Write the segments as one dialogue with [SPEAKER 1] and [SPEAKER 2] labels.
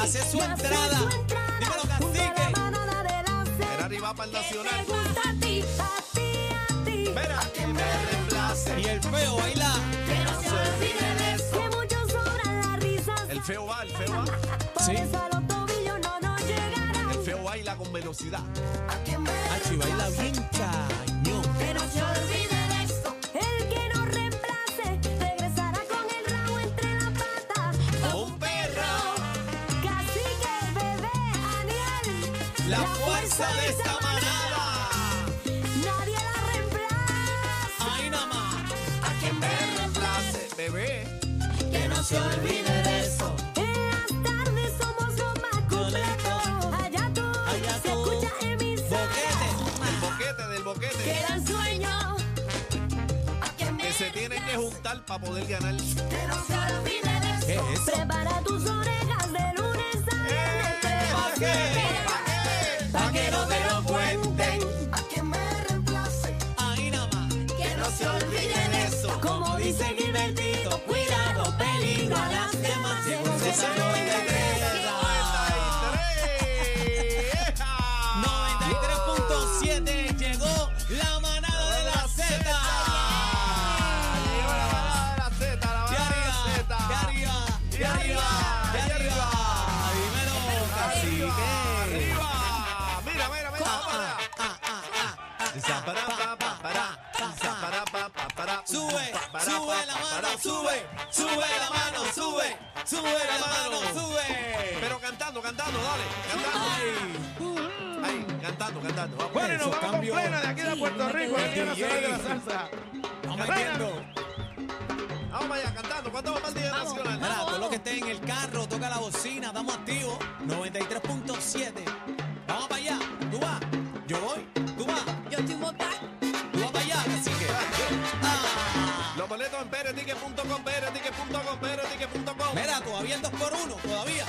[SPEAKER 1] hace su entrada. Dímelo,
[SPEAKER 2] junto a la
[SPEAKER 1] cacique.
[SPEAKER 2] manada de las seis.
[SPEAKER 3] Era arriba para el
[SPEAKER 2] Que
[SPEAKER 3] nacional.
[SPEAKER 2] te gusta a ti, a ti, a ti.
[SPEAKER 3] Mira. A quien me reemplace.
[SPEAKER 1] Y el feo baila.
[SPEAKER 2] Que no se olvide de eso. Que muchos sobran las risas.
[SPEAKER 3] El feo va, el feo va.
[SPEAKER 2] Por
[SPEAKER 1] Sí.
[SPEAKER 2] eso a los tobillos no nos llegarán.
[SPEAKER 3] El feo baila con velocidad.
[SPEAKER 1] Hacho, y baila bien cañón.
[SPEAKER 2] Que no se olvide de eso. El que nos reemplace regresará con el rabo entre las patas.
[SPEAKER 3] Un perro.
[SPEAKER 2] Cacique, bebé, Aniel.
[SPEAKER 3] La fuerza de esta manada.
[SPEAKER 2] Nadie la reemplaza.
[SPEAKER 1] Ahí nada más.
[SPEAKER 3] A quien me reemplace. Bebé.
[SPEAKER 2] Que no se olvide de eso. En las tardes Eh, somos lo más completo. Allá tú,
[SPEAKER 1] Allá
[SPEAKER 2] se
[SPEAKER 1] tú.
[SPEAKER 2] escucha en mis
[SPEAKER 1] Boquete.
[SPEAKER 3] Del boquete, del boquete.
[SPEAKER 2] Queda el sueño. A que me
[SPEAKER 3] Que se tienen que juntar para poder ganar.
[SPEAKER 2] Que no se olvide de
[SPEAKER 1] ¿Qué
[SPEAKER 2] eso.
[SPEAKER 1] es eso? ¡Eh!
[SPEAKER 2] Prepara tus orejas de lunes a viernes.
[SPEAKER 3] ¿Pa' qué? ¿Pa' qué?
[SPEAKER 1] Pa' que no te lo cuenten.
[SPEAKER 2] A que me reemplace.
[SPEAKER 1] Ahí nada más.
[SPEAKER 2] Que no se olvide de eso. Como dice Gilbertito, cuidado, peligro a las demás. Llegó el
[SPEAKER 3] 93.
[SPEAKER 1] 93.7 llegó la manada de la Z.
[SPEAKER 3] Llegó la balada de la Z, la
[SPEAKER 1] De
[SPEAKER 3] balada de la
[SPEAKER 1] arriba,
[SPEAKER 3] Z.
[SPEAKER 1] de arriba, de
[SPEAKER 3] De arriba,
[SPEAKER 1] arriba, de
[SPEAKER 3] de
[SPEAKER 1] arriba. Dímelo,
[SPEAKER 3] Arriba,
[SPEAKER 1] cacique.
[SPEAKER 3] arriba. Mira, mira, mira, vamos allá.
[SPEAKER 1] Ah, ah, ah, ah, ah.
[SPEAKER 3] Zapará, pa, pa, pará. Zapará, pa, pa, pará.
[SPEAKER 1] Sube,
[SPEAKER 3] Zapará,
[SPEAKER 1] sube
[SPEAKER 3] pa,
[SPEAKER 1] la
[SPEAKER 3] pa, pará.
[SPEAKER 1] mano, sube, sube la mano, sube, sube la mano, sube.
[SPEAKER 3] Pero cantando, cantando, dale. Cantando.
[SPEAKER 4] Mm,
[SPEAKER 3] Ahí, cantando, cantando. Vamos.
[SPEAKER 5] Bueno, y nos
[SPEAKER 1] Eso,
[SPEAKER 5] vamos
[SPEAKER 1] cambio.
[SPEAKER 5] con plena de aquí de Puerto Rico,
[SPEAKER 1] El
[SPEAKER 5] el Día Nacional de la
[SPEAKER 1] DJ.
[SPEAKER 5] Salsa.
[SPEAKER 1] Vamos metiendo.
[SPEAKER 3] Vamos allá, cantando. ¿Cuánto va para el Día Nacional?
[SPEAKER 1] Mira, todo lo que esté en el carro, toca la bocina, estamos activos. 93.7. Vamos para allá. Tú vas, yo voy, tú vas,
[SPEAKER 4] Yo estoy montada.
[SPEAKER 1] tú vas para allá, así que. Ah.
[SPEAKER 3] Los boletos en pereticket.com, pereticket.com, pereticket.com.
[SPEAKER 1] Mira, todavía el 2 por 1 todavía.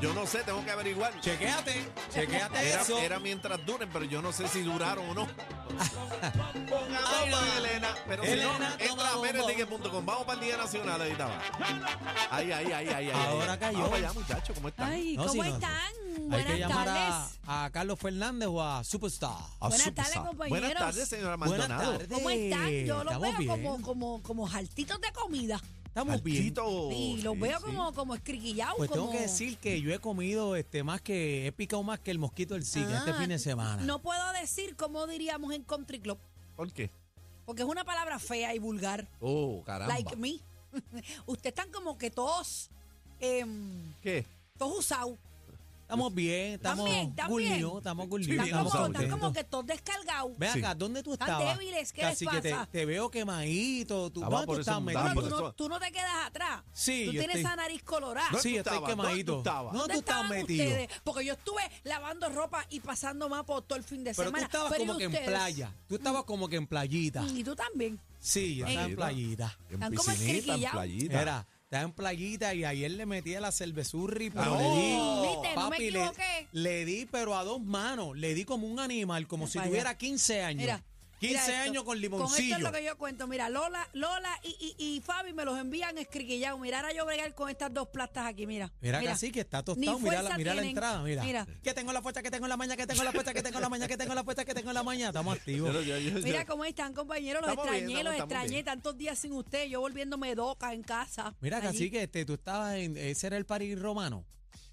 [SPEAKER 3] Yo no sé, tengo que averiguar.
[SPEAKER 1] Chequéate, chequéate
[SPEAKER 3] Era,
[SPEAKER 1] eso.
[SPEAKER 3] era mientras duren, pero yo no sé si duraron o no.
[SPEAKER 1] Ay,
[SPEAKER 3] Pongamos
[SPEAKER 1] no.
[SPEAKER 3] a Elena, pero
[SPEAKER 1] Elena,
[SPEAKER 3] si no, entra
[SPEAKER 1] toma
[SPEAKER 3] a
[SPEAKER 1] bombón.
[SPEAKER 3] pereticket.com. Vamos para el Día Nacional, ahí estaba. Ahí, ahí, ahí, ahí. ahí,
[SPEAKER 1] Ahora
[SPEAKER 3] ahí.
[SPEAKER 1] cayó.
[SPEAKER 3] Vamos allá, muchachos, ¿cómo están?
[SPEAKER 4] Ay,
[SPEAKER 1] No,
[SPEAKER 4] ¿cómo
[SPEAKER 1] sí, no.
[SPEAKER 4] están?
[SPEAKER 1] Hay
[SPEAKER 4] Buenas
[SPEAKER 1] que llamar a,
[SPEAKER 4] tardes.
[SPEAKER 1] a Carlos Fernández o a Superstar. A
[SPEAKER 4] Buenas
[SPEAKER 1] Superstar.
[SPEAKER 4] tardes, compañeros.
[SPEAKER 3] Buenas tardes, señora
[SPEAKER 1] Ah, Buenas
[SPEAKER 3] Maldonado.
[SPEAKER 1] tardes.
[SPEAKER 4] ¿Cómo están? Yo los
[SPEAKER 1] Estamos
[SPEAKER 4] veo
[SPEAKER 1] bien.
[SPEAKER 4] como, como, como jaltitos de comida.
[SPEAKER 1] Estamos bien.
[SPEAKER 3] Alpito.
[SPEAKER 4] Y los
[SPEAKER 3] Sí,
[SPEAKER 4] veo
[SPEAKER 3] sí.
[SPEAKER 4] como, como escriquillados.
[SPEAKER 1] Oh, Pues tengo
[SPEAKER 4] como-
[SPEAKER 1] que decir que yo he comido este más que he picado más que el mosquito del cine este
[SPEAKER 4] Ah,
[SPEAKER 1] fin de semana.
[SPEAKER 4] No puedo decir cómo diríamos en country club,
[SPEAKER 3] ¿Por qué?
[SPEAKER 4] porque es una palabra fea y vulgar.
[SPEAKER 3] Oh, caramba.
[SPEAKER 4] Like me. Ustedes están como que todos, em,
[SPEAKER 3] ¿Qué?
[SPEAKER 4] todos usados.
[SPEAKER 1] Estamos bien, estamos
[SPEAKER 4] Están bien, están
[SPEAKER 1] gulnios,
[SPEAKER 4] bien.
[SPEAKER 1] estamos gulnios,
[SPEAKER 3] bien,
[SPEAKER 4] Están
[SPEAKER 1] estamos
[SPEAKER 4] como, están
[SPEAKER 1] contentos.
[SPEAKER 4] como que todos descargados.
[SPEAKER 1] Ve
[SPEAKER 3] Sí.
[SPEAKER 1] acá, ¿dónde tú
[SPEAKER 4] Están
[SPEAKER 1] estabas?
[SPEAKER 4] débiles, ¿qué les
[SPEAKER 1] Así que te,
[SPEAKER 4] pasa?
[SPEAKER 1] te veo quemadito, tú,
[SPEAKER 3] Estaba
[SPEAKER 1] ¿dónde tú
[SPEAKER 3] por eso
[SPEAKER 1] estás
[SPEAKER 3] un
[SPEAKER 1] metido?
[SPEAKER 4] Pero
[SPEAKER 3] dándolo.
[SPEAKER 4] tú, no,
[SPEAKER 3] eso-
[SPEAKER 4] tú no te quedas atrás.
[SPEAKER 1] Sí,
[SPEAKER 4] tú
[SPEAKER 1] yo
[SPEAKER 4] tienes
[SPEAKER 1] estoy-
[SPEAKER 4] esa nariz colorada.
[SPEAKER 3] ¿Dónde
[SPEAKER 1] Sí,
[SPEAKER 3] tú
[SPEAKER 1] estoy
[SPEAKER 3] estabas? ¿Dónde
[SPEAKER 1] quemadito.
[SPEAKER 3] tú estabas?
[SPEAKER 1] ¿Dónde tú estás
[SPEAKER 4] estaban
[SPEAKER 1] metido?
[SPEAKER 4] ustedes? Porque yo estuve lavando ropa y pasando mapo todo el fin de
[SPEAKER 1] Pero tú
[SPEAKER 4] semana.
[SPEAKER 1] estabas
[SPEAKER 4] Pero ¿y
[SPEAKER 1] como que en
[SPEAKER 4] ustedes?
[SPEAKER 1] playa. Tú estabas como que en playita.
[SPEAKER 4] Y tú también.
[SPEAKER 1] Sí, yo estaba en playita.
[SPEAKER 4] Están como
[SPEAKER 3] en
[SPEAKER 4] escriquillados.
[SPEAKER 3] playita.
[SPEAKER 1] Era, estaba en playita y ayer le metí a la cervezurri, pero
[SPEAKER 3] Ah,
[SPEAKER 1] le di.
[SPEAKER 3] no.
[SPEAKER 4] Viste, no me
[SPEAKER 1] Papi, le,
[SPEAKER 4] equivoqué.
[SPEAKER 1] le di, pero a dos manos. Le di como un animal, como
[SPEAKER 4] Ven
[SPEAKER 1] si
[SPEAKER 4] para
[SPEAKER 1] tuviera
[SPEAKER 4] allá.
[SPEAKER 1] 15 años.
[SPEAKER 4] Mira.
[SPEAKER 1] 15
[SPEAKER 4] mira esto.
[SPEAKER 1] años con
[SPEAKER 4] Con esto es
[SPEAKER 1] limoncillo.
[SPEAKER 4] lo que yo cuento. Mira, Lola, Lola y, y, y Fabi me los envían escriquillados. Mira, ahora yo bregar con estas dos plastas aquí, mira.
[SPEAKER 1] Mira, casi que está
[SPEAKER 4] Ni
[SPEAKER 1] tostado. Mira, la,
[SPEAKER 4] fuerza
[SPEAKER 1] mira la
[SPEAKER 4] tienen.
[SPEAKER 1] entrada, mira.
[SPEAKER 4] Mira.
[SPEAKER 1] Que tengo la fuerza, que tengo la maña, que tengo la fuerza, que tengo la maña, que tengo la fuerza, que tengo la maña. Estamos activos.
[SPEAKER 3] Yo- yo- yo- yo-
[SPEAKER 4] Mira cómo están, compañeros. Los
[SPEAKER 3] Estamos bien,
[SPEAKER 4] extrañé,
[SPEAKER 3] estamos-
[SPEAKER 4] los
[SPEAKER 3] estamos
[SPEAKER 4] extrañé
[SPEAKER 3] bien.
[SPEAKER 4] tantos días sin usted. Yo volviéndome doca en casa.
[SPEAKER 1] Mira,
[SPEAKER 4] Allí.
[SPEAKER 1] casi que este, tú estabas en. Ese era el París romano.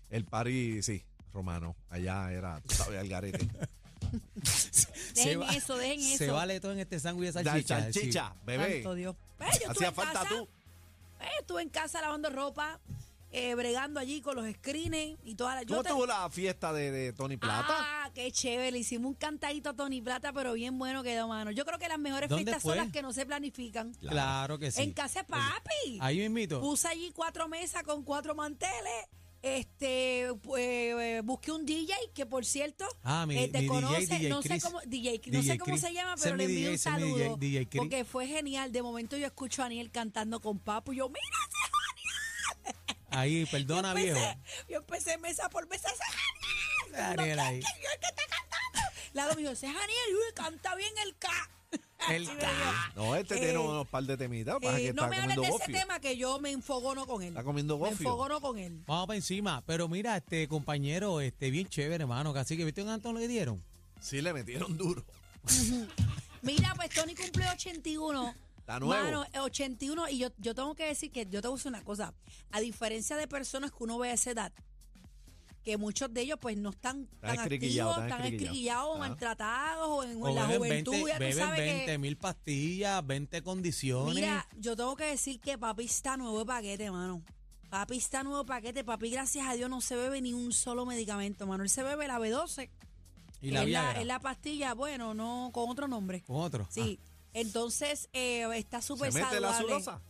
[SPEAKER 3] El pari, sí, romano. Allá era, tú sabes, al garete.
[SPEAKER 4] Dejen eso, dejen
[SPEAKER 1] Se
[SPEAKER 4] eso.
[SPEAKER 1] vale todo en este sándwich de
[SPEAKER 3] Dale,
[SPEAKER 1] salchicha. sí.
[SPEAKER 3] Salchicha, bebé.
[SPEAKER 4] Santo Dios. Eh, yo estuve
[SPEAKER 3] Hacía
[SPEAKER 4] en
[SPEAKER 3] falta
[SPEAKER 4] casa,
[SPEAKER 3] tú.
[SPEAKER 4] eh, estuve en casa lavando ropa, eh, bregando allí con los screens y toda la. yo
[SPEAKER 3] ¿Cómo
[SPEAKER 4] te-
[SPEAKER 3] estuvo la fiesta de, de Tony Plata?
[SPEAKER 4] Ah, qué chévere. Le hicimos un cantadito a Tony Plata, pero bien bueno quedó, mano. Yo creo que las mejores
[SPEAKER 1] ¿Dónde
[SPEAKER 4] fiestas
[SPEAKER 1] fue?
[SPEAKER 4] son las que no se planifican.
[SPEAKER 1] Claro. que sí.
[SPEAKER 4] En casa de papi.
[SPEAKER 1] Ahí mismito.
[SPEAKER 4] Puse allí cuatro mesas con cuatro manteles. Este, pues, eh, busqué un DJ que por cierto,
[SPEAKER 1] Ah, mi-
[SPEAKER 4] eh, te
[SPEAKER 1] mi DJ,
[SPEAKER 4] conoce,
[SPEAKER 1] DJ
[SPEAKER 4] no sé
[SPEAKER 1] Chris.
[SPEAKER 4] cómo DJ, no
[SPEAKER 1] DJ
[SPEAKER 4] sé cómo
[SPEAKER 1] Chris.
[SPEAKER 4] se llama,
[SPEAKER 1] Ese
[SPEAKER 4] pero
[SPEAKER 1] es
[SPEAKER 4] le
[SPEAKER 1] mi
[SPEAKER 4] envío un
[SPEAKER 1] DJ, ese es mi
[SPEAKER 4] saludo
[SPEAKER 1] DJ Chris.
[SPEAKER 4] porque fue genial. De momento yo escucho a Aniel cantando con Papo y yo, mira, ese
[SPEAKER 1] Ahí, perdona,
[SPEAKER 4] yo
[SPEAKER 1] viejo.
[SPEAKER 4] empecé, yo empecé mesa por mesa, ese es Aniel.
[SPEAKER 1] Aniel
[SPEAKER 4] Pues, eh, No,
[SPEAKER 1] ahí.
[SPEAKER 4] ¿quién- quién- yo el que está cantando. Lado mío, ese es Aniel, uy, canta bien el K.
[SPEAKER 1] El
[SPEAKER 4] me
[SPEAKER 1] ca-
[SPEAKER 4] dijo,
[SPEAKER 3] No, este
[SPEAKER 4] Eh,
[SPEAKER 3] tiene unos par de temitas.
[SPEAKER 4] eh,
[SPEAKER 3] pasa que
[SPEAKER 4] no
[SPEAKER 3] está
[SPEAKER 4] me hables
[SPEAKER 3] comiendo
[SPEAKER 4] de ese
[SPEAKER 3] gofio.
[SPEAKER 4] tema que yo me enfogono con él.
[SPEAKER 3] Está comiendo
[SPEAKER 4] Me
[SPEAKER 3] gofio.
[SPEAKER 4] enfogono con él.
[SPEAKER 1] Vamos para encima. Pero mira, este compañero, este bien chévere, hermano. Casi que viste un Antón le dieron.
[SPEAKER 3] Sí, le metieron duro.
[SPEAKER 4] Mira, pues Tony cumple 81.
[SPEAKER 3] Está nuevo.
[SPEAKER 4] Mano, 81. Y yo, yo tengo que decir que yo te voy a decir una cosa. A diferencia de personas que uno ve a esa edad, que muchos de ellos pues no están tan
[SPEAKER 3] escriquillados,
[SPEAKER 4] activos,
[SPEAKER 3] están
[SPEAKER 4] están
[SPEAKER 3] escriquillados.
[SPEAKER 4] escriquillados,
[SPEAKER 3] Ajá.
[SPEAKER 4] maltratados, o en,
[SPEAKER 1] O
[SPEAKER 4] la
[SPEAKER 1] beben
[SPEAKER 4] juventud,
[SPEAKER 1] 20
[SPEAKER 4] ya tú
[SPEAKER 1] beben
[SPEAKER 4] sabes
[SPEAKER 1] 20 mil pastillas, 20
[SPEAKER 4] que.
[SPEAKER 1] condiciones.
[SPEAKER 4] Mira, yo tengo que decir que papi está nuevo de paquete, mano. Papi está nuevo de paquete. Papi, gracias a Dios, no se bebe ni un solo medicamento, mano. Él se bebe la B12.
[SPEAKER 1] y la
[SPEAKER 4] es, la,
[SPEAKER 1] Viagra.
[SPEAKER 4] es la pastilla, bueno, no con otro nombre.
[SPEAKER 1] Con otro.
[SPEAKER 4] Sí. Entonces, eh, está
[SPEAKER 3] Ah. ¿Se
[SPEAKER 4] súper
[SPEAKER 3] mete
[SPEAKER 4] saludable.
[SPEAKER 3] la sulosa?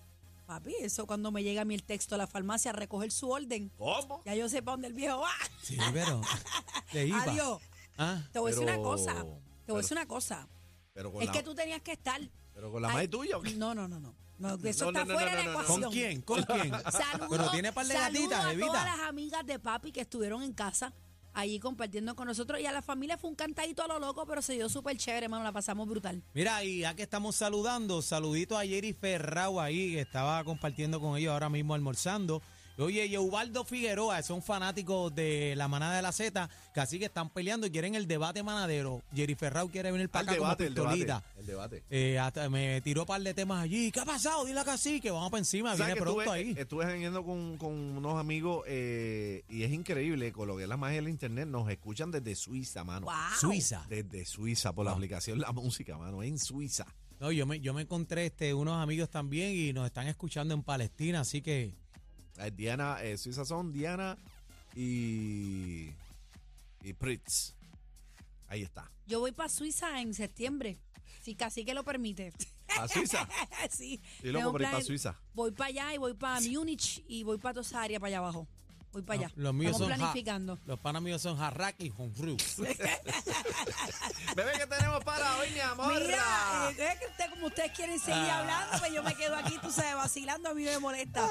[SPEAKER 4] Papi, eso cuando me llega a mí el texto a la farmacia a recoger su orden.
[SPEAKER 3] ¿Cómo?
[SPEAKER 4] Ya yo sé para dónde el viejo va.
[SPEAKER 1] Ah, sí, pero. le iba.
[SPEAKER 4] Adiós.
[SPEAKER 1] Ah,
[SPEAKER 4] Te voy a decir
[SPEAKER 3] Pero-
[SPEAKER 4] una cosa. Te voy
[SPEAKER 3] pero-
[SPEAKER 4] a decir una cosa.
[SPEAKER 3] Pero con
[SPEAKER 4] Es
[SPEAKER 3] la,
[SPEAKER 4] que tú tenías que estar.
[SPEAKER 3] pero con la
[SPEAKER 4] Ay,
[SPEAKER 3] madre tuya. ¿o qué?
[SPEAKER 4] No, no, no, no. No, de eso
[SPEAKER 3] No,
[SPEAKER 4] está
[SPEAKER 3] no, no,
[SPEAKER 4] fuera
[SPEAKER 3] no,
[SPEAKER 4] de la
[SPEAKER 3] no, no.
[SPEAKER 4] ecuación.
[SPEAKER 1] ¿Con quién? ¿Con quién?
[SPEAKER 4] Saludos,
[SPEAKER 1] Pero tiene par de
[SPEAKER 4] saludos
[SPEAKER 1] gatitas,
[SPEAKER 4] a todas
[SPEAKER 1] Evita.
[SPEAKER 4] las amigas de papi que estuvieron en casa allí compartiendo con nosotros. Y a la familia fue un cantadito a lo loco, pero se dio súper chévere, hermano. La pasamos brutal.
[SPEAKER 1] Mira, y ya que estamos saludando, saludito a Jerry Ferrao ahí, que estaba compartiendo con ellos ahora mismo almorzando. Y Oye, y Ubaldo Figueroa, son fanáticos de la manada de la Z, que así que están peleando y quieren el debate manadero. Jerry Ferrao quiere venir
[SPEAKER 3] Ah,
[SPEAKER 1] para
[SPEAKER 3] el
[SPEAKER 1] acá
[SPEAKER 3] debate, el
[SPEAKER 1] como pistolita.
[SPEAKER 3] debate. El debate.
[SPEAKER 1] Eh, hasta me tiró par de temas allí. ¿Qué ha pasado? Dile a Cacique, vamos para encima,
[SPEAKER 4] Ah,
[SPEAKER 3] ¿Sabes
[SPEAKER 1] viene
[SPEAKER 3] que
[SPEAKER 1] pronto
[SPEAKER 3] estuve,
[SPEAKER 1] ahí.
[SPEAKER 3] Estuve jangueando con, con unos amigos eh, y es increíble, coloqué la magia del internet, nos escuchan desde Suiza, mano.
[SPEAKER 4] ¡Wow!
[SPEAKER 1] Ah. Suiza.
[SPEAKER 3] Desde Suiza, por la
[SPEAKER 1] Wow.
[SPEAKER 3] aplicación La Música, mano, en Suiza.
[SPEAKER 1] No, yo me, yo me encontré este, unos amigos también y nos están escuchando en Palestina, así que
[SPEAKER 3] Eh, Diana, eh, Suiza son Diana y, y Pritz. Ahí está.
[SPEAKER 4] Yo voy para Suiza en septiembre, si casi que lo permite.
[SPEAKER 3] A Suiza.
[SPEAKER 4] sí.
[SPEAKER 3] Y luego
[SPEAKER 4] tengo
[SPEAKER 3] por ir para
[SPEAKER 4] planes-
[SPEAKER 3] Suiza.
[SPEAKER 4] Voy para allá y voy para Múnich y voy para toda esa área para allá abajo. Voy para allá.
[SPEAKER 1] no, Ah, los míos
[SPEAKER 4] Estamos
[SPEAKER 1] son Ja-
[SPEAKER 4] planificando.
[SPEAKER 1] los panas míos son Harrak y Honfru.
[SPEAKER 3] Bebé, ¿qué tenemos para hoy, mi amor?
[SPEAKER 4] Mira, eh, es que usted- como ustedes quieren seguir
[SPEAKER 1] Ah.
[SPEAKER 4] hablando, pues yo me quedo aquí, tú sabes, vacilando, a mí no me molesta.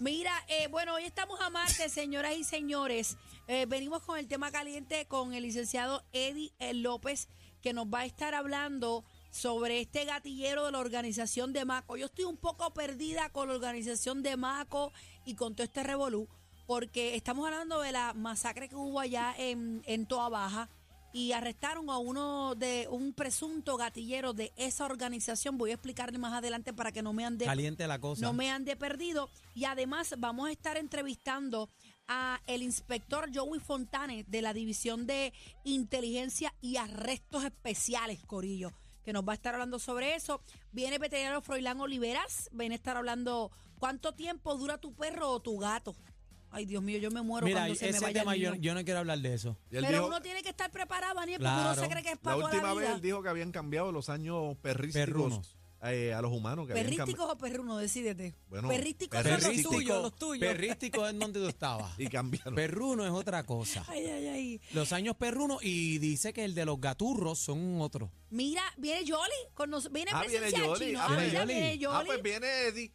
[SPEAKER 4] Mira, eh, bueno, hoy estamos a martes, señoras y señores. Eh, venimos con el tema caliente con el licenciado Eddie eh, López, que nos va a estar hablando sobre este gatillero de la organización de Maco. Yo estoy un poco perdida con la organización de Maco y con todo este revolú, porque estamos hablando de la masacre que hubo allá en, en Toa Baja y arrestaron a uno de un presunto gatillero de esa organización. Voy a explicarle más adelante para que no me ande
[SPEAKER 1] Caliente la cosa.
[SPEAKER 4] no me ande perdido. Y además vamos a estar entrevistando a el inspector Joey Fontanes de la División de Inteligencia y Arrestos Especiales, Corillo, que nos va a estar hablando sobre eso. Viene el veterinario Froilán Oliveras, viene a estar hablando cuánto tiempo dura tu perro o tu gato. Ay, Dios mío, yo me muero
[SPEAKER 1] Mira,
[SPEAKER 4] cuando se me
[SPEAKER 1] ese
[SPEAKER 4] vaya el
[SPEAKER 1] tema yo,
[SPEAKER 4] niño.
[SPEAKER 1] yo no quiero hablar de eso.
[SPEAKER 3] Y él
[SPEAKER 4] Pero
[SPEAKER 3] dijo-
[SPEAKER 4] uno tiene que estar preparado, Daniel, porque
[SPEAKER 1] Claro.
[SPEAKER 4] uno se cree que es para
[SPEAKER 3] la
[SPEAKER 4] toda la
[SPEAKER 3] última vez
[SPEAKER 4] vida.
[SPEAKER 3] él dijo que habían cambiado los años perrísticos
[SPEAKER 1] Perrunos.
[SPEAKER 3] eh, a los humanos. Que habían cambi-
[SPEAKER 4] Perrísticos o perruno, decídete.
[SPEAKER 3] Bueno,
[SPEAKER 4] perrísticos son los
[SPEAKER 3] perrístico.
[SPEAKER 4] tuyos, los tuyos.
[SPEAKER 1] Perrístico es donde tú estabas.
[SPEAKER 3] Y cambiaron.
[SPEAKER 1] Perruno es otra cosa.
[SPEAKER 4] Ay, ay, ay.
[SPEAKER 1] Los años perruno y dice que el de los gaturros son otro.
[SPEAKER 4] Mira, viene Jolly con nosotros. Viene
[SPEAKER 3] Ah, viene
[SPEAKER 4] presencia
[SPEAKER 3] Yoli.
[SPEAKER 4] chino.
[SPEAKER 3] Ah,
[SPEAKER 4] Ah,
[SPEAKER 1] viene
[SPEAKER 4] mira,
[SPEAKER 1] Yoli.
[SPEAKER 4] viene Yoli.
[SPEAKER 3] Ah, pues viene Eddie.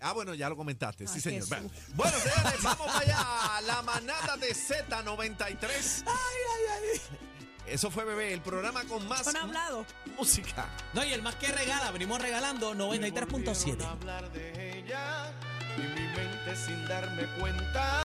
[SPEAKER 3] Ah, bueno, ya lo comentaste, sí,
[SPEAKER 4] Ay,
[SPEAKER 3] señor.
[SPEAKER 4] Jesús.
[SPEAKER 3] Bueno, Bueno, señores, vamos para allá. La manada de Z93. Eso fue, bebé, el programa con pues, más
[SPEAKER 4] Son hablados.
[SPEAKER 3] música.
[SPEAKER 1] No, y el más que regala, venimos regalando
[SPEAKER 6] Me volvieron a
[SPEAKER 1] 93.7.
[SPEAKER 6] hablar de ella y mi mente sin darme cuenta